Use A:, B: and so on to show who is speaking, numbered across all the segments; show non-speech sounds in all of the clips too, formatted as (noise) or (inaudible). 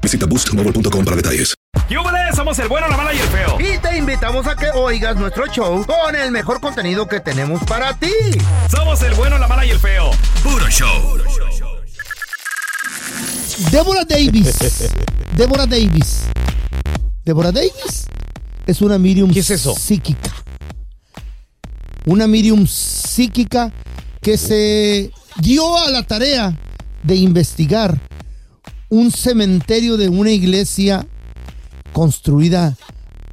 A: Visita boostmobile.com para detalles.
B: ¡Yúbales! Somos el bueno, la mala y el feo.
C: Y te invitamos a que oigas nuestro show con el mejor contenido que tenemos para ti.
B: Somos el bueno, la mala y el feo. Puro show.
D: Débora
E: (laughs)
D: Davis. Débora Davis. Débora Davis es una medium
E: ¿Qué es eso?
D: psíquica. Una medium psíquica que se dio a la tarea de investigar un cementerio de una iglesia construida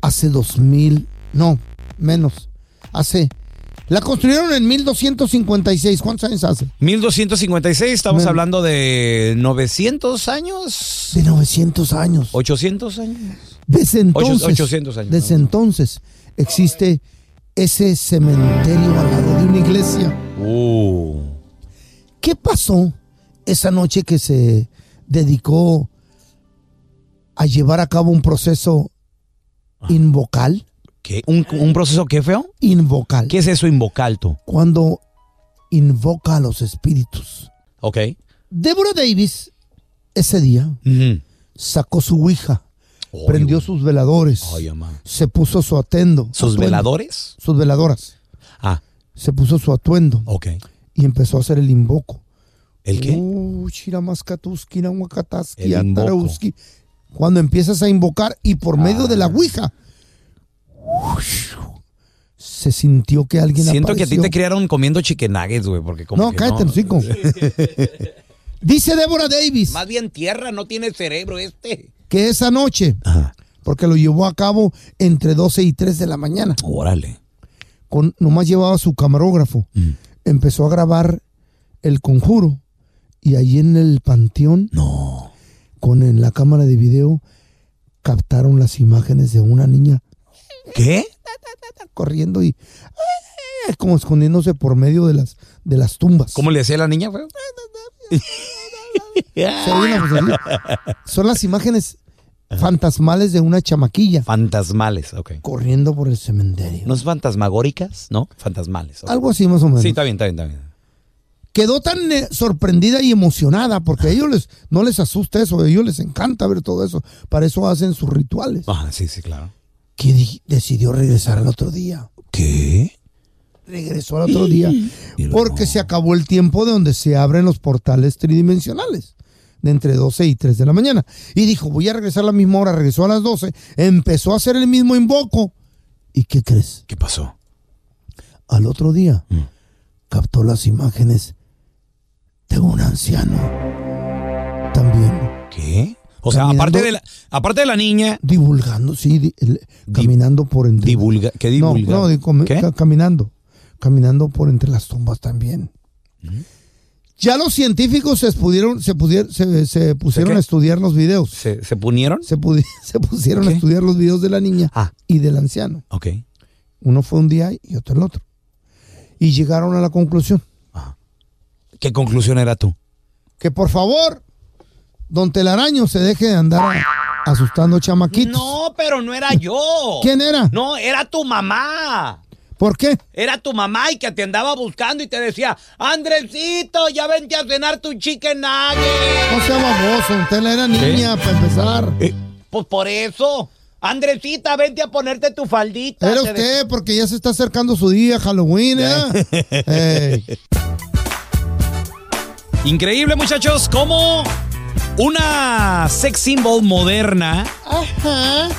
D: hace 2000, no, menos, hace... La construyeron en 1256, ¿cuántos años hace?
E: 1256, estamos
D: Men-
E: hablando de 900 años.
D: De 900 años.
E: 800 años.
D: Desde entonces,
E: 800 años,
D: desde
E: ¿no?
D: entonces existe ese cementerio al lado de una iglesia.
E: Uh.
D: ¿Qué pasó esa noche que se dedicó a llevar a cabo un proceso invocal?
E: ¿Qué? ¿Un, un proceso qué feo?
D: Invocal.
E: ¿Qué es eso invocalto?
D: Cuando invoca a los espíritus.
E: Ok.
D: Deborah Davis ese día
E: Ujú.
D: sacó su ouija,
E: Oy,
D: prendió
E: güey.
D: sus veladores,
E: Oye, ma.
D: se puso su atendo.
E: ¿Sus
D: atuendo.
E: veladores?
D: sus veladoras.
E: Ah,
D: Se puso su atuendo
E: ok.
D: y empezó a hacer el invoco.
E: ¿El qué?
D: Uh, chiramascatuski, nahuacataski,
E: El invoco.
D: atarauski. Cuando empiezas a invocar y por medio de la
E: Ah.
D: ouija, se sintió que alguien
E: Siento que a ti
D: apareció.
E: te criaron comiendo chicken nuggets, güey, porque como
D: No,
E: que
D: cállate, chico. (laughs) Dice Débora Davis
E: Más bien tierra, no tiene cerebro este.
D: que esa noche,
E: Ajá.
D: porque lo llevó a cabo entre 12 y 3 de la mañana,
E: Órale.
D: con, nomás llevaba su camarógrafo.
E: Mm.
D: Empezó a grabar el conjuro y ahí en el panteón,
E: No.
D: con en la cámara de video, captaron las imágenes de una niña
E: ¿Qué?
D: corriendo y eh, como escondiéndose por medio de las, de las tumbas.
E: ¿Cómo le decía la niña, feo?
D: (laughs) Se oye una vocecilla. Son las imágenes fantasmales de una chamaquilla
E: (laughs) Fantasmales, ok.
D: corriendo por el cementerio.
E: No es fantasmagóricas, ¿no? Fantasmales. ok.
D: Algo así más o menos.
E: Sí, está bien, está bien, está bien.
D: quedó tan eh, sorprendida y emocionada porque a ellos les, no les asusta eso, a ellos les encanta ver todo eso, para eso hacen sus rituales,
E: Ah, sí, sí, claro.
D: que di- decidió regresar al otro día.
E: ¿Qué?
D: Regresó al otro día porque se acabó el tiempo de donde se abren los portales tridimensionales de entre 12 y 3 de la mañana. Y dijo, voy a regresar a la misma hora, regresó a las 12, empezó a hacer el mismo invoco. ¿Y qué crees?
E: ¿Qué pasó?
D: Al otro día
E: Mm.
D: captó las imágenes de un anciano también
E: ¿Qué? O sea,
D: Caminando-
E: aparte de, la, aparte de la niña,
D: Divulgando, sí, di- el- caminando por entre...
E: divulga, ¿qué
D: No,
E: divulga?
D: no, di- comi-
E: ¿Qué?
D: ca- caminando. Caminando por entre las tumbas también.
E: Mm.
D: Ya los científicos se pudieron, se, pudier- se, se pusieron
E: qué?
D: a estudiar los videos.
E: ¿Se, se punieron?
D: Se, pudi- (laughs) se pusieron a
E: ¿Qué?
D: estudiar los videos de la niña
E: Ah.
D: y del anciano.
E: Ok.
D: Uno fue un día y otro el otro. Y llegaron a la conclusión
E: ¿Qué conclusión era tú?
D: que por favor, don Telaraño se deje de andar a- asustando chamaquitos.
E: pero no era yo.
D: ¿Quién era?
E: No, era tu mamá.
D: ¿Por qué?
E: Era tu mamá y que te andaba buscando y te decía, Andresito, ya vente a cenar tu chicken nugget.
D: No sea baboso, usted era niña para empezar.
E: Pues por eso. Andresita, vente a ponerte tu faldita.
D: Era
E: Te de-
D: usted porque ya se está acercando su día, Halloween,
E: (laughs)
D: ¿eh? Ey.
E: Increíble, muchachos, cómo Una sex symbol moderna
D: Ajá.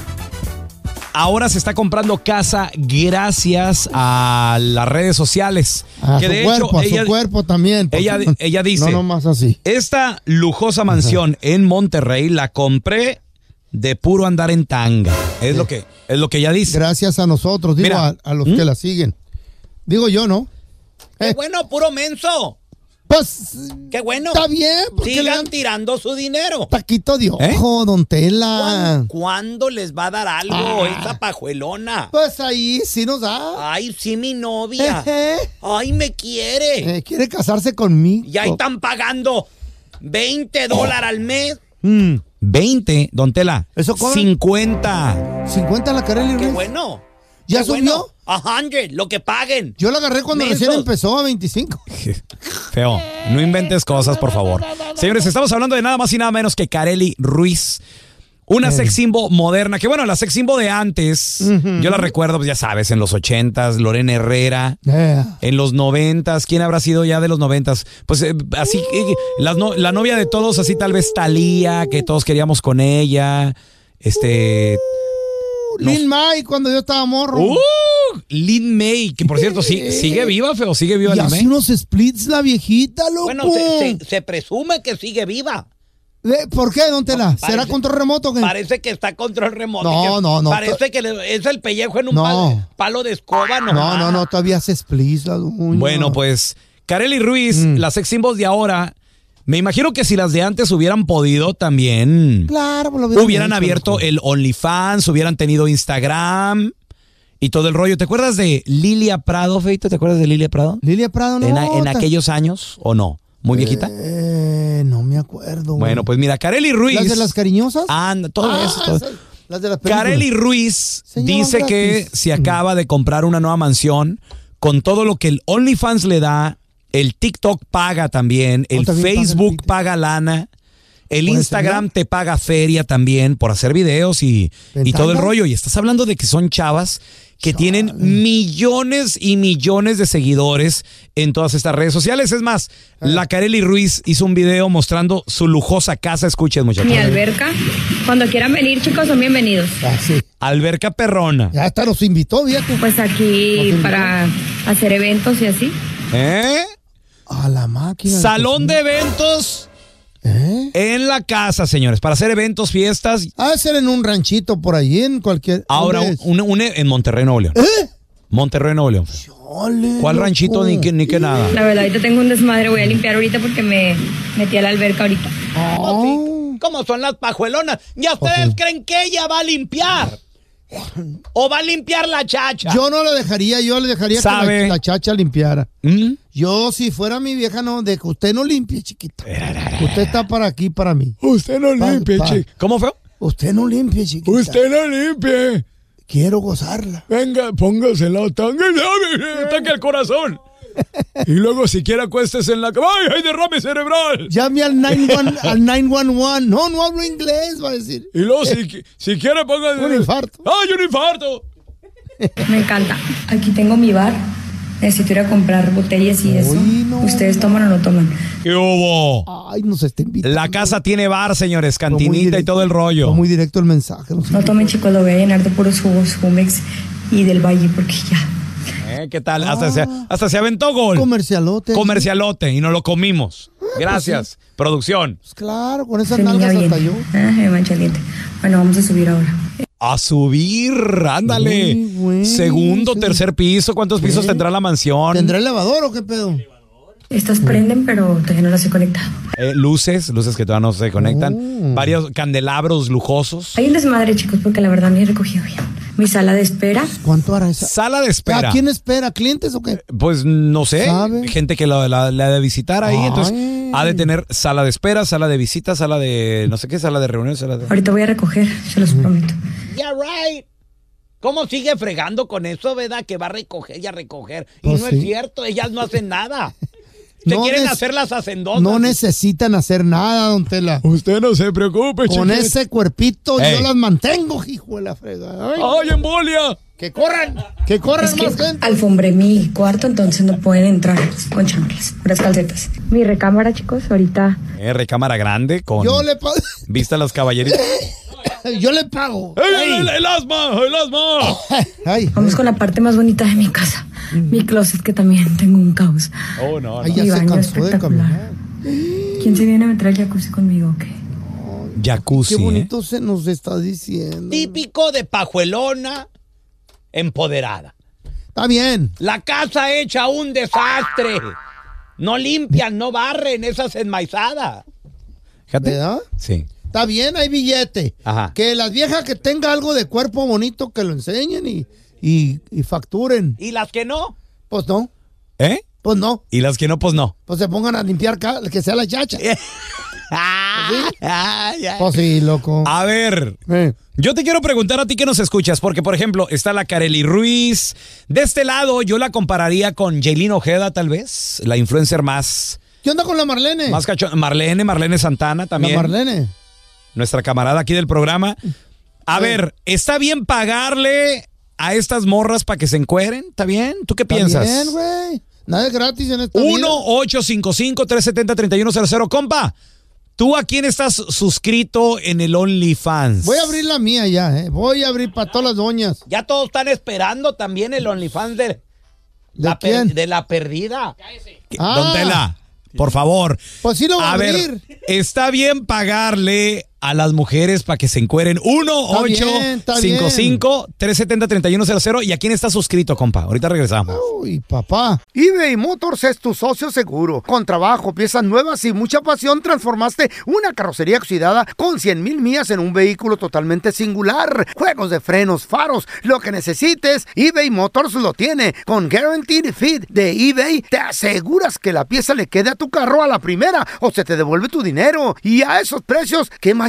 E: ahora se está comprando casa gracias a las redes sociales.
D: A
E: que
D: su
E: de
D: cuerpo,
E: hecho,
D: a su
E: ella,
D: cuerpo también. porque
E: ella-
D: no-
E: ella dice-
D: No nomás así.
E: esta lujosa mansión en Monterrey la compré de puro andar en tanga. Es lo que es lo que ella dice.
D: Gracias a nosotros, digo,
E: Mira. ¿Mm?
D: a, a los que la siguen. Digo yo, ¿no?
F: Qué
D: Eh,
F: bueno, puro menso.
D: Pues,
F: Qué bueno.
D: está bien. Porque le
F: Sigan
D: dan
F: tirando su dinero.
D: taquito de
E: ¿Eh?
D: ojo, don Tela.
F: ¿Cuán- ¿Cuándo les va a dar algo
D: Ah.
F: esa pajuelona?
D: Pues ahí sí nos
E: Ah,
D: (laughs) da.
F: Ay, sí, mi novia.
D: Ejé.
F: Ay, me quiere.
D: Eh, quiere casarse conmigo.
F: Ya están pagando 20
D: Oh.
F: dólares al mes.
D: Mm,
E: 20, Don Tela.
D: ¿Eso cobran?
E: 50.
D: 50 la carrera
F: Qué
D: libre.
F: bueno.
D: ¿Ya
F: Qué
D: subió?
F: bueno. A 100, lo que paguen.
D: Yo la agarré cuando
F: Mensos.
D: recién empezó a 25.
E: Feo, no inventes cosas, por favor. Señores, estamos hablando de nada más y nada menos que Kareli Ruiz. Una sex symbol moderna, que bueno, la sex symbol de antes, yo la recuerdo, pues ya sabes, en los ochentas, Lorena Herrera,
D: Eh,
E: en los noventas, ¿quién habrá sido ya de los noventas? Pues eh, así, eh, las no- la novia de todos, así tal vez Talía, que todos queríamos con ella, este,
D: Lil May cuando yo estaba morro.
E: uh, Lin May, que por cierto, sí, sigue viva, Feo, sigue viva
D: y
E: Lin
D: hace
E: May.
D: unos splits la viejita, loco.
F: Bueno, se, se- se presume que sigue viva.
D: Eh, ¿Por qué, don Tela? ¿Será
F: parece-
D: control remoto? o qué?
F: Parece que está control remoto.
D: Mm. No,
F: que-
D: no, no.
F: Parece que le- es el pellejo en un
D: No.
F: pal- palo de escoba.
D: No, no, no, todavía hace splits la doña.
E: Bueno, pues Kareli Ruiz,
D: Mm.
E: las sex symbols de ahora, me imagino que si las de antes hubieran podido también,
D: Claro, pues, lo
E: hubieran
D: hecho,
E: abierto
D: loco.
E: el OnlyFans, hubieran tenido Instagram y todo el rollo. ¿Te acuerdas de Lilia Prado, Feito? ¿Te acuerdas de Lilia Prado?
D: Lilia Prado, no.
E: en, a- en
D: ta-
E: aquellos años, ¿o no? ¿Muy viejita?
D: Eh, no me acuerdo. güey.
E: Bueno, pues mira, Kareli Ruiz...
D: ¿Las de las cariñosas?
E: Anda, todo
D: Ah,
E: eso. todo-
D: esas- Las de las películas.
E: Kareli Ruiz
D: Señor,
E: dice que
D: gratis.
E: se acaba de comprar una nueva mansión con todo lo que el OnlyFans le da, el TikTok paga también, el
D: Oh, también paga el
E: Facebook
D: Twitter.
E: paga lana, el
D: ¿Por el
E: Instagram
D: celular?
E: te paga feria también por hacer videos y, y todo el
D: ¿Ventanas?
E: rollo. Y estás hablando de que son chavas que tienen millones y millones de seguidores en todas estas redes sociales. Es más, la Kareli Ruiz hizo un video mostrando su lujosa casa. Escuchen, muchachos.
G: Mi alberca. Cuando quieran venir, chicos, son bienvenidos.
D: Ah, sí.
E: Alberca perrona.
D: Ya hasta los invitó, viejo.
G: Pues aquí para hacer eventos y así.
E: ¿Eh?
D: A la máquina.
E: Salón de eventos
D: ¿Eh?
E: en la casa, señores, para hacer eventos, fiestas.
D: Ha de ser en un ranchito por ahí, en cualquier.
E: Ahora,
D: ¿Dónde es?
E: un, un- en Monterrey, Nuevo León.
D: ¿Eh?
E: Monterrey, Nuevo León.
D: Ole,
E: ¿Cuál
D: loco.
E: ranchito ni que, ni que nada?
G: La verdad, ahorita tengo un desmadre. Voy a limpiar ahorita porque me metí a la alberca ahorita.
D: Ah,
F: Como son las pajuelonas. ¿Ya ustedes creen que ella va a limpiar? ¿O va a limpiar la chacha?
D: yo no lo dejaría, yo le dejaría que
E: Sabe.
D: la, la chacha limpiara.
E: ¿Mm?
D: Yo, si fuera mi vieja, no, de que usted no limpie, chiquita. Usted está para aquí, para mí.
E: Usted no
D: limpie, chico.
E: ¿Cómo fue?
D: Usted no limpie, chiquita.
E: no limpie.
D: Quiero gozarla.
E: Venga, póngase la tanga ataque el corazón. Y luego siquiera acuestes en la cama. ¡Ay, hay derrame cerebral!
D: Llame al 91 al 911. No, no hablo inglés, va a decir.
E: Y luego si, siquiera póngase...
D: Un infarto.
E: ¡Ay, un infarto!
G: Me encanta. Aquí tengo mi bar. Necesito ir a comprar botellas y eso.
D: Uy, no.
G: ¿Ustedes toman o no toman?
E: ¿Qué hubo?
D: Ay, nos está invitando.
E: La casa tiene bar, señores,
D: Fue muy
E: cantinita y
D: directo-
E: todo el rollo.
D: fue muy directo el mensaje. no sé.
G: No tomen, chicos. Lo voy a llenar de puros jugos, Jumex y del Valle porque ya.
E: Eh, ¿Qué tal?
D: Ah.
E: Hasta, se, hasta se aventó gol.
D: Comercialote.
E: Comercialote y nos lo
D: Ah,
E: comimos. Gracias, producción.
D: Pues claro, con esas
G: Se me
D: nalgas
G: bien.
D: hasta yo.
G: Ah, me mancha el diente. Bueno, vamos a subir ahora.
E: A subir, ándale.
D: Uy, güey,
E: Segundo,
D: sí.
E: tercer piso. ¿Cuántos pisos tendrá la mansión?
D: ¿Tendrá elevador o qué pedo?
G: Estas prenden, pero todavía no las he conectado.
E: Eh, luces, luces que todavía no se conectan.
D: Oh.
E: Varios candelabros lujosos.
G: Hay un desmadre, chicos, porque la verdad no he recogido bien. Mi sala de espera.
D: ¿Cuánto hará esa?
E: Sala de espera.
D: ¿A quién espera? ¿Clientes o qué?
E: Pues no sé,
D: ¿Sabe?
E: gente que la, la- la ha de visitar ahí, entonces
D: Ay.
E: ha de tener sala de espera, sala de visita, sala de no sé qué, sala de reuniones, sala de...
G: Ahorita voy a recoger, se los prometo.
F: Yeah, right. ¿Cómo sigue fregando con eso, verdad? Que va a recoger y a recoger. Y
D: Pues
F: no
D: sí.
F: es cierto, ellas no hacen
D: (laughs)
F: nada. Se
D: No
F: quieren
D: nec-
F: hacer las hacendosas.
D: No necesitan hacer nada, don
E: (laughs)
D: Tela.
E: Usted no se preocupe,
D: Con ese cuerpito
E: Ey.
D: yo las mantengo, hijo de la fregada. Ay,
E: embolia!
D: Que corran, que corran
G: Es que
D: más gente.
G: alfombré mi cuarto, entonces no pueden entrar con chanclas, puras calcetas. Mi recámara, chicos, ahorita
E: Eh, recámara grande con
D: Yo le pago. (laughs)
E: vista a las caballeritas.
D: Yo le pago.
E: ¡Ey, el, el asma!
D: (laughs)
E: ¡El asma!
D: Ay,
G: Vamos con la parte más bonita de mi casa. Mi closet, que también tengo un caos.
E: Oh, no,
D: ay,
E: no.
D: ya
G: Mi
D: se
G: baño
D: cansó de
G: espectacular.
D: caminar.
G: ¿Quién se viene a meter el jacuzzi conmigo? o qué?
E: Jacuzzi.
D: Qué
E: ¿eh?
D: bonito se nos está diciendo.
F: Típico de pajuelona empoderada.
D: Está bien.
F: La casa hecha un desastre. No limpian, no barren esas enmaizadas.
E: Fíjate.
D: ¿Verdad?
E: Sí.
D: Está bien, hay billete.
E: Ajá.
D: Que las viejas que tenga algo de cuerpo bonito que lo enseñen y, y, y facturen.
F: ¿Y las que no?
D: Pues no,
E: ¿Eh?
D: pues no.
E: Y las que no, pues
F: (laughs)
E: no.
D: Pues se pongan a limpiar ca- que sea la chacha.
F: Ah, Ay, ay.
D: Pues sí, loco.
E: A ver,
D: Eh.
E: Yo te quiero preguntar a ti que nos escuchas, porque por ejemplo está la Kareli Ruiz. De este lado yo la compararía con Jaylin Ojeda tal vez, la influencer más,
D: ¿Qué onda con la Marlene?
E: más cachona. Marlene, Marlene Santana
D: la
E: también,
D: Marlene.
E: nuestra camarada aquí del programa. A ver, ¿está bien pagarle a estas morras para que se encueren? ¿Está bien? ¿Tú qué piensas?
D: Bien, güey. Nada es gratis en esta vida.
E: 1-855-370-3100. Compa, ¿tú a quién estás suscrito en el OnlyFans?
D: Voy a abrir la mía ya, eh. Voy a abrir para todas las doñas.
F: Ya todos están esperando también el OnlyFans de,
D: ¿De
F: la, per-
D: quién?
F: de la perdida.
E: ¿Qué?
D: Ah.
E: Don Tela, por favor.
D: Pues sí lo voy a,
E: A ver,
D: abrir.
E: está bien pagarle a las mujeres para que se encueren. 1 8
D: bien, está
E: 55 370 3100 ¿Y a quién está suscrito, compa? Ahorita regresamos.
D: Uy, papá.
C: eBay Motors es tu socio seguro. Con trabajo, piezas nuevas y mucha pasión, transformaste una carrocería oxidada con 100 mil millas en un vehículo totalmente singular. Juegos de frenos, faros, lo que necesites, eBay Motors lo tiene. Con Guaranteed Fit de eBay, te aseguras que la pieza le quede a tu carro a la primera o se te devuelve tu dinero. Y a esos precios, ¿qué más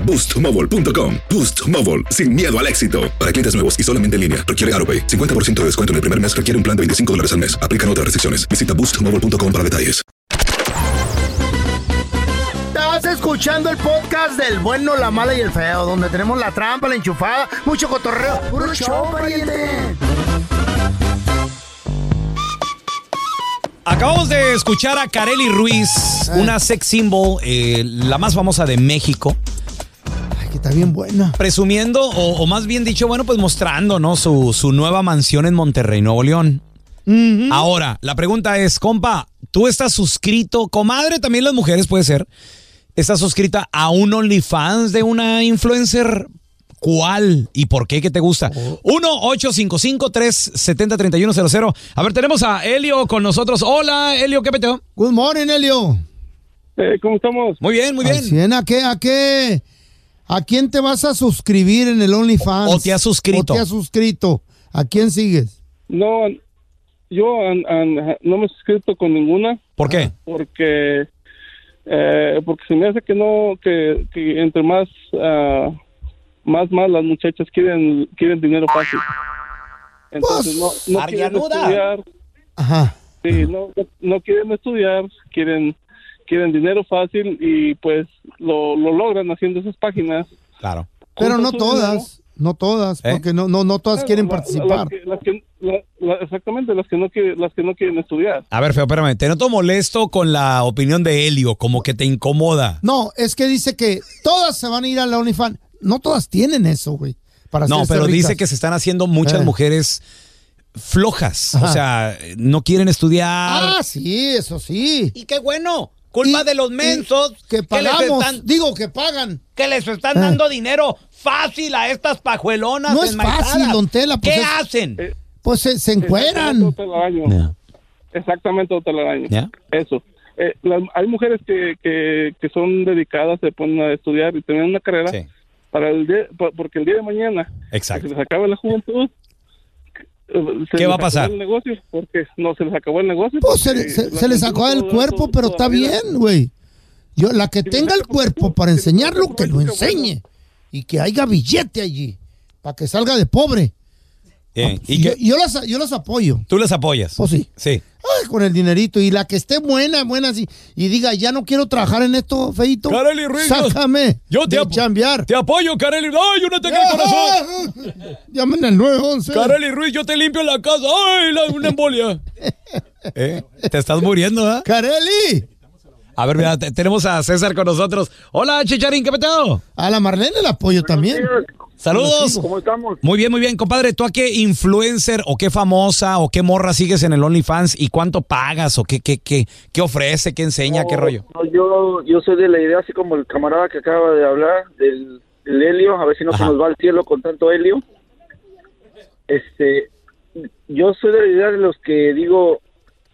A: boostmobile.com. Boost Mobile, sin miedo al éxito. Para clientes nuevos y solamente en línea, requiere AroPay. 50% de descuento en el primer mes requiere un plan de 25 dólares al mes. Aplican otras restricciones. Visita boostmobile.com para detalles.
C: Estás escuchando el podcast del bueno, la mala y el feo, donde tenemos la trampa, la enchufada, mucho cotorreo. ¡Puro show, pariente!
E: Acabamos de escuchar a Kareli Ruiz,
D: Eh.
E: una sex symbol, eh, la más famosa de México,
D: Ay, que está bien buena.
E: presumiendo, o, o más bien dicho, bueno, pues mostrando, ¿no? Su, su nueva mansión en Monterrey, Nuevo León. Ahora, la pregunta es, compa, ¿tú estás suscrito, comadre, también las mujeres puede ser, estás suscrita a un OnlyFans de una influencer? ¿Cuál y por qué que te gusta? 1-855-370-3100. A ver, tenemos a Elio con nosotros. Hola, Elio, ¿qué peteo?
D: Good morning, Elio.
H: Eh, ¿Cómo estamos?
E: Muy bien, muy
D: Al
E: bien.
D: cien, ¿A qué, a qué? ¿A quién te vas a suscribir en el OnlyFans?
E: O- o te has suscrito.
D: O te has suscrito. ¿A quién sigues?
H: No, yo an- an- no me he suscrito con ninguna
E: ¿Por qué?
H: porque eh, porque se me hace que no que, que entre más ah, más más las muchachas quieren quieren dinero fácil. Entonces no no quieren
F: Arianuda.
H: estudiar,
D: Ajá.
H: sí, no, no- no quieren estudiar, quieren quieren dinero fácil y pues lo, lo logran haciendo esas páginas.
E: Claro.
D: Pero no
H: Juntan su dinero.
D: todas. No todas.
E: ¿Eh?
D: Porque no, no, no todas quieren
H: La- la-
D: participar.
H: las que- las que- la- la- exactamente las que no quieren, las que no quieren estudiar.
E: A ver, feo, espérame. Te noto molesto con la opinión de Elio, como que te incomoda.
D: No, es que dice que todas se van a ir al OnlyFans. No todas tienen eso, güey. Para
E: No,
D: hacerse
E: pero
D: ricas.
E: dice que se están haciendo muchas
D: Eh.
E: mujeres flojas.
D: Ajá.
E: O sea, no quieren estudiar.
D: Ah, sí, eso sí.
F: Y qué bueno, culpa
D: Y-
F: de los mensos
D: y Que
F: les
D: pagamos.
F: están,
D: Digo, que pagan.
F: que les están dando dinero fácil a estas pajuelonas.
D: No es
F: enmaizadas.
D: fácil, don Tela, pues
F: ¿Qué
D: es-
F: hacen?
H: Eh,
D: Pues se, se
H: Exactamente,
D: encueran.
H: otro telaraño.
E: Ya.
H: Exactamente, otro telaraño.
E: Ya.
H: Eso. Eh, las- hay mujeres que, que, que son dedicadas, se ponen a estudiar y tienen una carrera
E: Sí,
H: para el día, por- porque el día de mañana, que se
E: exacto.
H: les acabe la juventud,
I: eh, se
E: ¿Qué va
I: les
E: a
I: acabó
E: pasar?
I: El negocio porque no se les acabó el negocio.
D: Pues se,
I: porque
D: le-
I: la
D: se- se le
I: gente
D: sacó del
I: toda-
D: cuerpo,
I: toda-
D: pero
I: toda
D: está
I: la vida-
D: bien, güey. Yo, la que tenga el cuerpo para enseñarlo, que lo enseñe. Y que haya billete allí, para que salga de pobre.
E: Bien, Eh, ¿Y
D: Ah, Yo,
E: qué?
D: yo las, yo las apoyo.
E: ¿Tú les apoyas?
D: Pues sí.
E: Sí.
D: Ay, con el dinerito. Y la que esté buena, buena, sí. Y diga, ya no quiero trabajar en esto, feito.
E: Carely Ruiz,
D: Sácame.
E: yo te
D: de
E: apo-
D: chambear.
E: Te apoyo, Carely. ¡Ay, una teca el corazón!
D: (laughs) Llamen al 911.
E: Carely Ruiz, yo te limpio la casa. ¡Ay, la- una embolia! (laughs) ¿Eh? Te estás muriendo, ¿ah?
D: Careli.
E: A ver, mira, te- tenemos a César con nosotros. Hola, Chicharín, ¿qué peteo?
D: A la Marlene el apoyo también.
E: Saludos.
J: ¿Cómo estamos?
E: Muy bien, muy bien, compadre. ¿Tú a qué influencer o qué famosa o qué morra sigues en el OnlyFans y cuánto pagas o qué, qué, qué, qué ofrece, qué enseña, qué rollo?
J: No, yo, yo soy de la idea, así como el camarada que acaba de hablar, del, del helio, a ver si no
E: Ajá.
J: se nos va al cielo con tanto helio. Este, yo soy de la idea de los que digo,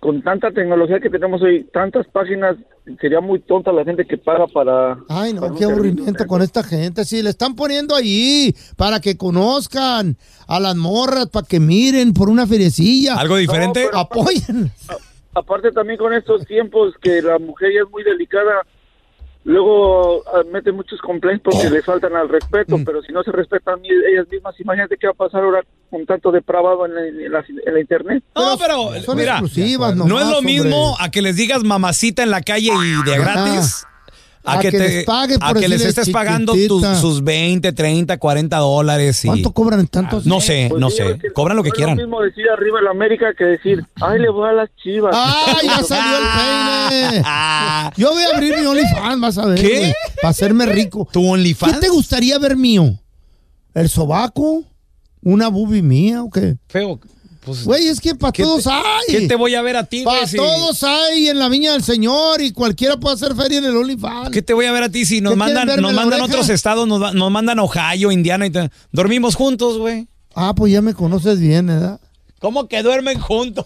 J: con tanta tecnología que tenemos hoy, tantas páginas, sería muy tonta la gente que paga para...
D: Ay, no,
J: para un
D: qué aburrimiento
J: servicio. ¿eh?
D: con esta gente. Sí, le están poniendo ahí para que conozcan a las morras, para que miren por una feriecilla.
E: ¿Algo diferente?
J: pero-
D: Apoyen.
J: Aparte también con
E: (laughs)
J: estos tiempos que la mujer ya es muy delicada, luego ah, mete muchos complaints porque le faltan al respeto,
E: Mm.
J: pero si no se respetan ni ellas mismas, imagínate qué va a pasar ahora con tanto depravado en la, en la- en la internet.
E: No, pero,
D: Son
E: mira,
D: exclusivas,
E: no
D: nomás,
E: es lo
D: hombre.
E: mismo a que les digas mamacita en la calle y de
D: Ajá.
E: gratis. A,
D: A
E: que,
D: que
E: te-
D: les pague
E: a
D: por
E: que les
D: decirles
E: estés pagando tus,
D: chiquitita.
E: sus 20, 30, 40 dólares. Y,
D: ¿Cuánto cobran tantos?
E: No sé,
J: Pues
E: Eh, no
J: sí,
E: sé.
J: es que
E: Cobran lo que
J: no
E: quieran.
J: Es lo mismo decir arriba el América que decir, ay, le voy a las chivas.
D: ¡Ah, (laughs) ya salió el peine!
E: Ah,
D: Yo voy a abrir mi OnlyFans, vas a ver.
E: ¿Qué?
D: güey, Para hacerme rico.
E: (laughs) ¿Tu
D: ¿Qué
E: OnlyFans?
D: te gustaría ver mío? ¿El sobaco? ¿Una bubi mía o qué?
E: Feo. Pues,
D: Güey, es que para
E: ¿qué
D: todos
E: te-
D: hay.
E: ¿Qué te voy a ver a ti,
D: Para
E: güey, si-
D: todos hay en la viña del Señor y cualquiera puede hacer feria en el OnlyFans.
E: ¿Qué te voy a ver a ti si nos
D: ¿Qué
E: mandan,
D: quieren verme
E: nos
D: la
E: mandan
D: oreja?
E: otros estados, nos, va- nos mandan Ohio, Indiana y tal? Dormimos juntos, güey.
D: Ah, pues ya me conoces bien, ¿verdad?
E: ¿Cómo que duermen juntos?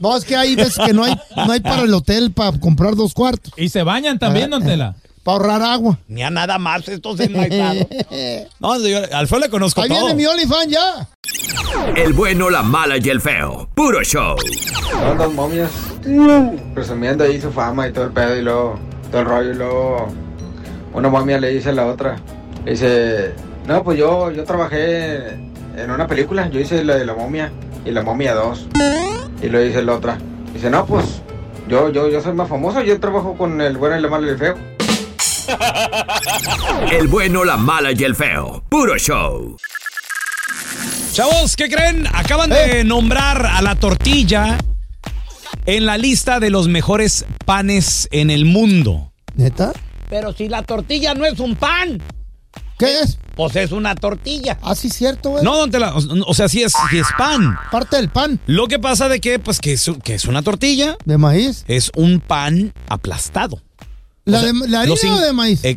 D: No, es que hay veces que no hay, no hay para el hotel para comprar dos cuartos,
K: Y se bañan también, don
L: (laughs)
K: Tela.
D: para ahorrar agua.
E: Ni a nada más
D: (laughs)
E: estos enmaizados. (laughs) no, yo al feo le conozco
D: Ahí
E: todo.
D: viene mi OnlyFans ya.
B: El bueno, la mala y el feo. Puro show.
H: Todas las momias presumiendo ahí su fama y todo el pedo y luego todo el rollo y luego una momia le dice a la otra, le dice, no, pues yo, yo trabajé en una película, yo hice la de la momia y la momia 2 y lo dice la otra, dice, no, pues yo, yo, yo soy más famoso, yo trabajo con el bueno, el malo y el feo.
B: El bueno, la mala y el feo. Puro show.
E: Chavos, ¿qué creen? Acaban
L: Eh.
E: de nombrar a la tortilla en la lista de los mejores panes en el mundo.
D: ¿Neta?
L: Pero si la tortilla no es un pan,
D: ¿Qué es?
L: pues es una tortilla.
D: Ah, sí, cierto, güey.
E: No, don Tela, o, o sea, sí es, sí es pan.
D: Parte del pan
E: Lo que pasa de que, pues, que es, que es una tortilla,
D: de maíz.
E: es un pan aplastado.
D: La,
E: O sea,
D: de, la harina
E: los in-
D: o de maíz.
E: eh,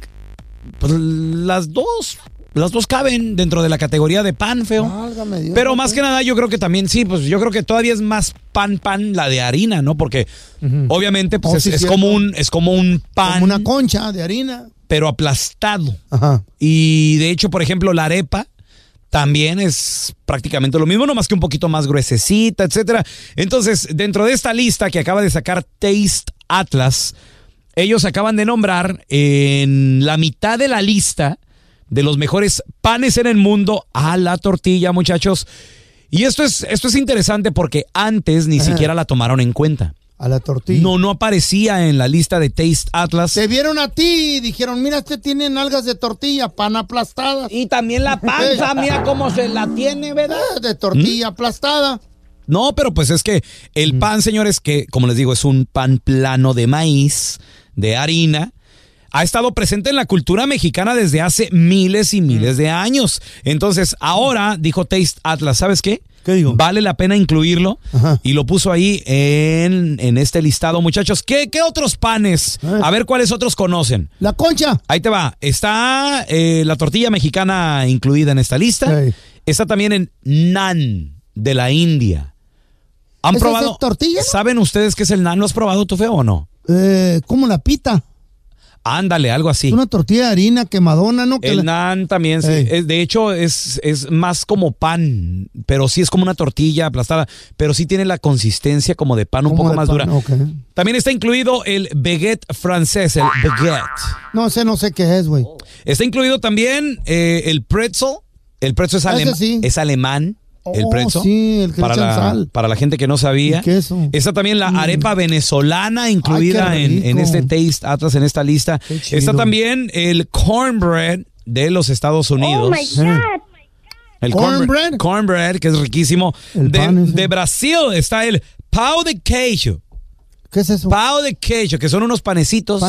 E: pues, las dos. Las dos caben dentro de la categoría de pan, feo.
D: Válgame Dios,
E: Pero
D: Ah, no
E: más
D: sé.
E: que nada, yo creo que también sí, pues yo creo que todavía es más pan, pan la de harina, ¿no? Porque obviamente pues,
D: Oh,
E: es,
D: sí,
E: es
D: cierto.
E: como un, es como un pan,
D: Como una concha de harina.
E: pero aplastado.
D: Ajá.
E: Y de hecho, por ejemplo, la arepa también es prácticamente lo mismo, nomás que un poquito más gruesecita, etcétera. Entonces, dentro de esta lista que acaba de sacar Taste Atlas, ellos acaban de nombrar en la mitad de la lista de los mejores panes en el mundo a la tortilla, muchachos. Y esto es, esto es interesante porque antes ni
D: Ajá.
E: siquiera la tomaron en cuenta.
D: A la tortilla.
E: No, no aparecía en la lista de Taste Atlas.
D: Se vieron a ti y dijeron, mira, este tiene nalgas de tortilla, pan aplastada.
L: Y también
D: (laughs)
L: la panza, mira cómo se la tiene, ¿verdad?
D: Ah, De
E: ¿Mm?
D: tortilla aplastada.
E: No, pero pues es que el pan, señores, que como les digo, es un pan plano de maíz, de harina, ha estado presente en la cultura mexicana desde hace miles y miles de años. Entonces, ahora, dijo Taste Atlas, ¿sabes qué?
D: ¿Qué digo?
E: Vale la pena incluirlo
D: Ajá.
E: y lo puso ahí en, en este listado, muchachos. ¿Qué, qué otros panes?
D: A ver.
E: A ver cuáles otros conocen.
D: La concha.
E: Ahí te va. Está eh, la tortilla mexicana incluida en esta lista.
D: Ey.
E: Está también en nan de la India. ¿Han
D: ¿Ese es
E: probado?
D: de tortilla, no?
E: ¿Saben ustedes qué es el nan? ¿Lo has probado tú feo o no?
D: Eh, como la pita.
E: Ándale, algo así.
D: Una tortilla de harina quemadona, ¿no? Que
E: El
D: la-
E: nan también, sí.
D: Ey.
E: Es- de hecho, es, es más como pan, pero sí es como una tortilla aplastada, pero sí tiene la consistencia como de pan un
D: como
E: poco
D: de
E: más
D: pan,
E: dura.
D: ok.
E: También está incluido el baguette francés, el baguette.
D: No sé, no sé qué es, güey.
E: Está incluido también eh, el pretzel. El pretzel es,
D: Ah,
E: alema-
D: ese sí.
E: es alemán. el
D: Oh,
E: pretzel.
D: sí, el que le
E: para,
D: echan
E: la,
D: sal.
E: para la gente que no sabía.
D: Y queso. Mm.
E: Está también la arepa venezolana incluida
D: qué
E: en, en
D: rico.
E: este taste, atrás en esta lista.
D: chido.
E: Está también el cornbread de los Estados Unidos.
D: Eh,
E: El cornbread. Cornbread, que es riquísimo. De, de Brasil está el pau de queijo.
D: ¿Qué es eso?
E: Pau de queijo, que son unos panecitos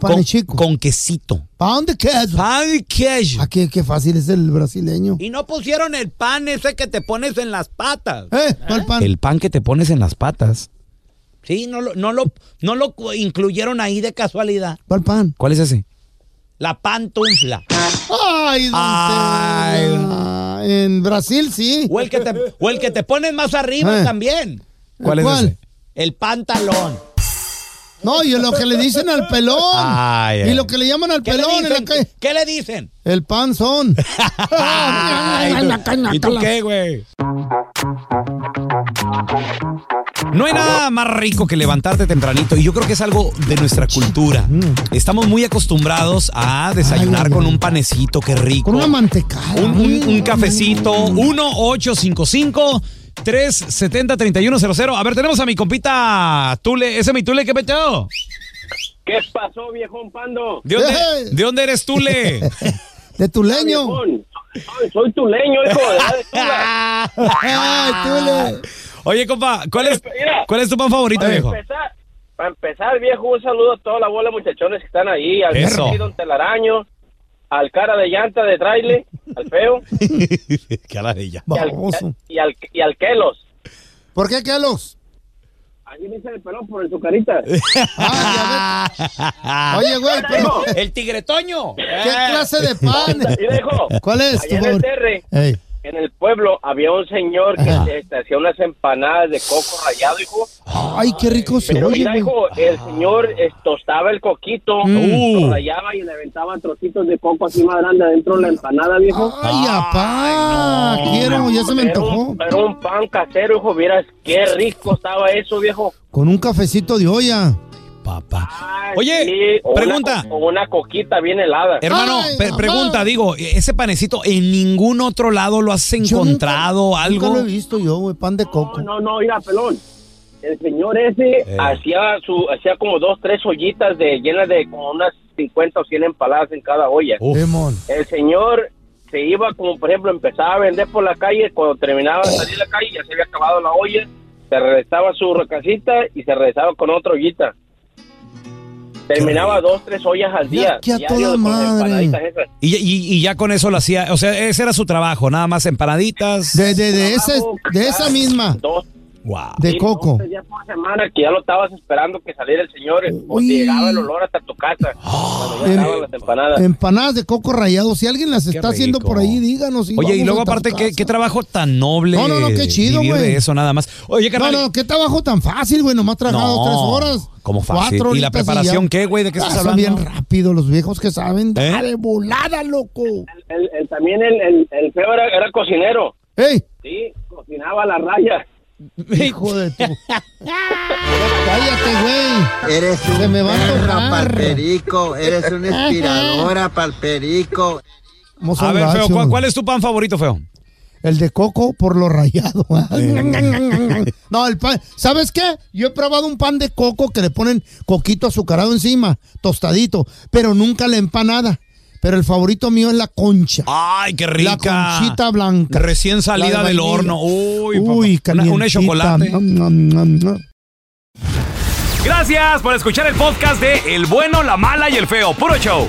E: con, con quesito.
D: ¿Pan de queso?
E: ¿Pan de queso?
D: Ah, qué, qué fácil es el brasileño.
F: Y no pusieron el pan ese que te pones en las patas.
D: ¿Eh? ¿Cuál pan?
E: El pan que te pones en las patas.
F: Sí, no lo, no, lo, no lo cu- incluyeron ahí de casualidad.
D: ¿Cuál pan?
E: ¿Cuál es ese?
F: La pantufla.
D: Ay, doncella. En Brasil sí.
F: O el que te, o el que te pones más arriba
D: Eh.
F: también.
E: ¿Cuál es
D: ¿Cuál?
E: ese?
F: El pantalón.
D: No, y lo que le dicen al pelón.
E: Ay, ay.
D: Y lo que le llaman al
F: ¿Qué le
D: pelón en la
F: dicen?
D: calle.
F: ¿Qué le
D: (laughs)
F: dicen? (laughs)
D: El
E: (laughs)
D: panzón.
F: Ay, tú- ¿Y tú qué, güey?
E: No hay nada más rico que levantarte tempranito y yo creo que es algo de nuestra cultura.
F: Mm.
E: Estamos muy acostumbrados a desayunar con un panecito, qué rico.
D: Con una mantecada.
E: Un, un- un cafecito, 1855 370 3100. A ver, tenemos a mi compita Tule. Ese es mi Tule, ¿qué peteo?
J: ¿Qué pasó, viejón Pando?
E: ¿De dónde, de dónde
F: (laughs)
E: eres Tule?
D: De tu leño.
J: Viejón. Ay, soy tuleño,
E: (laughs)
J: hijo. de la de Tula.
D: Ay, Tule.
E: Oye, compa, ¿cuál es,
J: Mira, pues,
E: ¿cuál es tu pan favorito,
J: para
E: viejo?
J: empezar, para empezar, viejo, un saludo a toda la bola de muchachones que están ahí. Al
E: Eso.
J: García, don Telaraño, al cara de llanta de trailer, al feo,
E: Cara de ella.
J: y al,
D: Baboso.
J: y al, y al Kelos.
D: ¿Por qué, Kelos?
J: Ahí me dice el pelón por
D: (laughs)
J: su carita.
D: Ay,
E: (laughs)
D: a ver. Oye, güey, pero
F: El tigretoño. Eh.
D: ¿qué clase de pan?
J: Y dijo,
D: ¿Cuál es tu
J: allá en el
D: favorito?
J: terre,
D: Ey.
J: en el pueblo, había un señor que se- se hacía unas empanadas de coco rallado, hijo.
D: Ay, qué rico se
J: Pero
D: oye,
J: mira,
D: güey. Ah.
J: hijo, el señor eh, tostaba el coquito,
E: Mm.
J: lo rayaba y le aventaba trocitos de coco así más grande adentro de la empanada, viejo.
D: Ay, apá. Quiero, ya se me
J: Era un-
D: antojó.
J: Era un pan casero, hijo, vieras qué rico estaba eso, viejo.
D: Con un cafecito de olla.
E: Papá.
J: Ay,
E: Oye,
J: o una
E: pregunta.
J: co- o una coquita bien helada.
E: Hermano,
D: Ay,
E: pe-
D: mamá.
E: pregunta, digo, e, ese panecito en ningún otro lado lo has
D: Yo nunca-
E: encontrado algo.
D: Nunca lo he visto yo, güey. Pan de coco.
J: No, no, no, mira, pelón. El señor ese
E: Eh.
J: hacía su hacía como dos, tres ollitas de llenas de como unas 50 o 100 empanadas en cada olla.
E: Uf.
D: Demon.
J: el señor se iba como por ejemplo empezaba a vender por la calle cuando terminaba de salir a la calle ya se había acabado la olla se regresaba a su recasita y se regresaba con otra ollita terminaba dos tres ollas al
D: Ya
J: día
D: que a
J: diario
D: toda
J: con
D: madre.
J: empanaditas esas.
E: Y, y- y ya con eso lo hacía, o sea, ese era su trabajo, nada más empanaditas.
D: De, de, de, ese- de esa misma.
J: dos
E: Wow.
D: De
J: sí,
D: coco.
J: dos, tres días por semana que ya lo estabas esperando que saliera el señor o
D: Uy.
J: te llegaba el olor hasta tu casa cuando ya
D: Em-
J: estaban las empanadas
D: Empanadas de coco rallado. Si alguien las está haciendo
E: rico.
D: por ahí, díganos.
E: Oye, y
D: vamos
E: luego
D: a otras
E: aparte, ¿qué,
D: casas.
E: qué trabajo tan noble.
D: No, no, no, qué chido,
E: vivir
D: güey.
E: de eso nada más. Oye,
D: No,
E: carnal.
D: no, qué trabajo tan fácil, güey. Nomás tragado
E: No,
D: tres horas.
E: como fácil.
D: Cuatro
E: ¿Y la
D: horitas
E: preparación
D: ya.
E: qué, güey? ¿De qué estás
D: Ah, son
E: hablando?
D: bien rápido los viejos que saben.
E: ¿Eh?
D: Dale, volada, loco.
J: El- el- también el, el, el feo era, era cocinero
D: ¡Ey!
J: sí cocinaba la raya
D: Hijo de tu. Cállate, güey.
M: Eres
D: Se me va a borrar.
M: palperico, eres una
D: (laughs) inspiradora,
M: palperico.
D: Vamos
E: A ver,
D: borracho,
E: Feo, ¿cuál,
D: güey.
E: cuál es tu pan favorito, Feo?
D: El de coco por lo rayado. ¿ah? (laughs) no, el pan. ¿Sabes qué? Yo he probado un pan de coco que le ponen coquito azucarado encima, tostadito, pero nunca la empanada. Pero el favorito mío es la concha.
E: Ay, qué
D: La
E: Ah, rica.
D: conchita blanca.
E: Recién
D: La
E: salida
D: de
E: del
D: vainilla.
E: horno. Uy, papá.
D: Uy,
E: Una-
D: calientita.
E: una de chocolate.
D: Nom, nom, nom, nom.
B: Gracias por escuchar el podcast de El bueno, la mala y el feo. Puro show.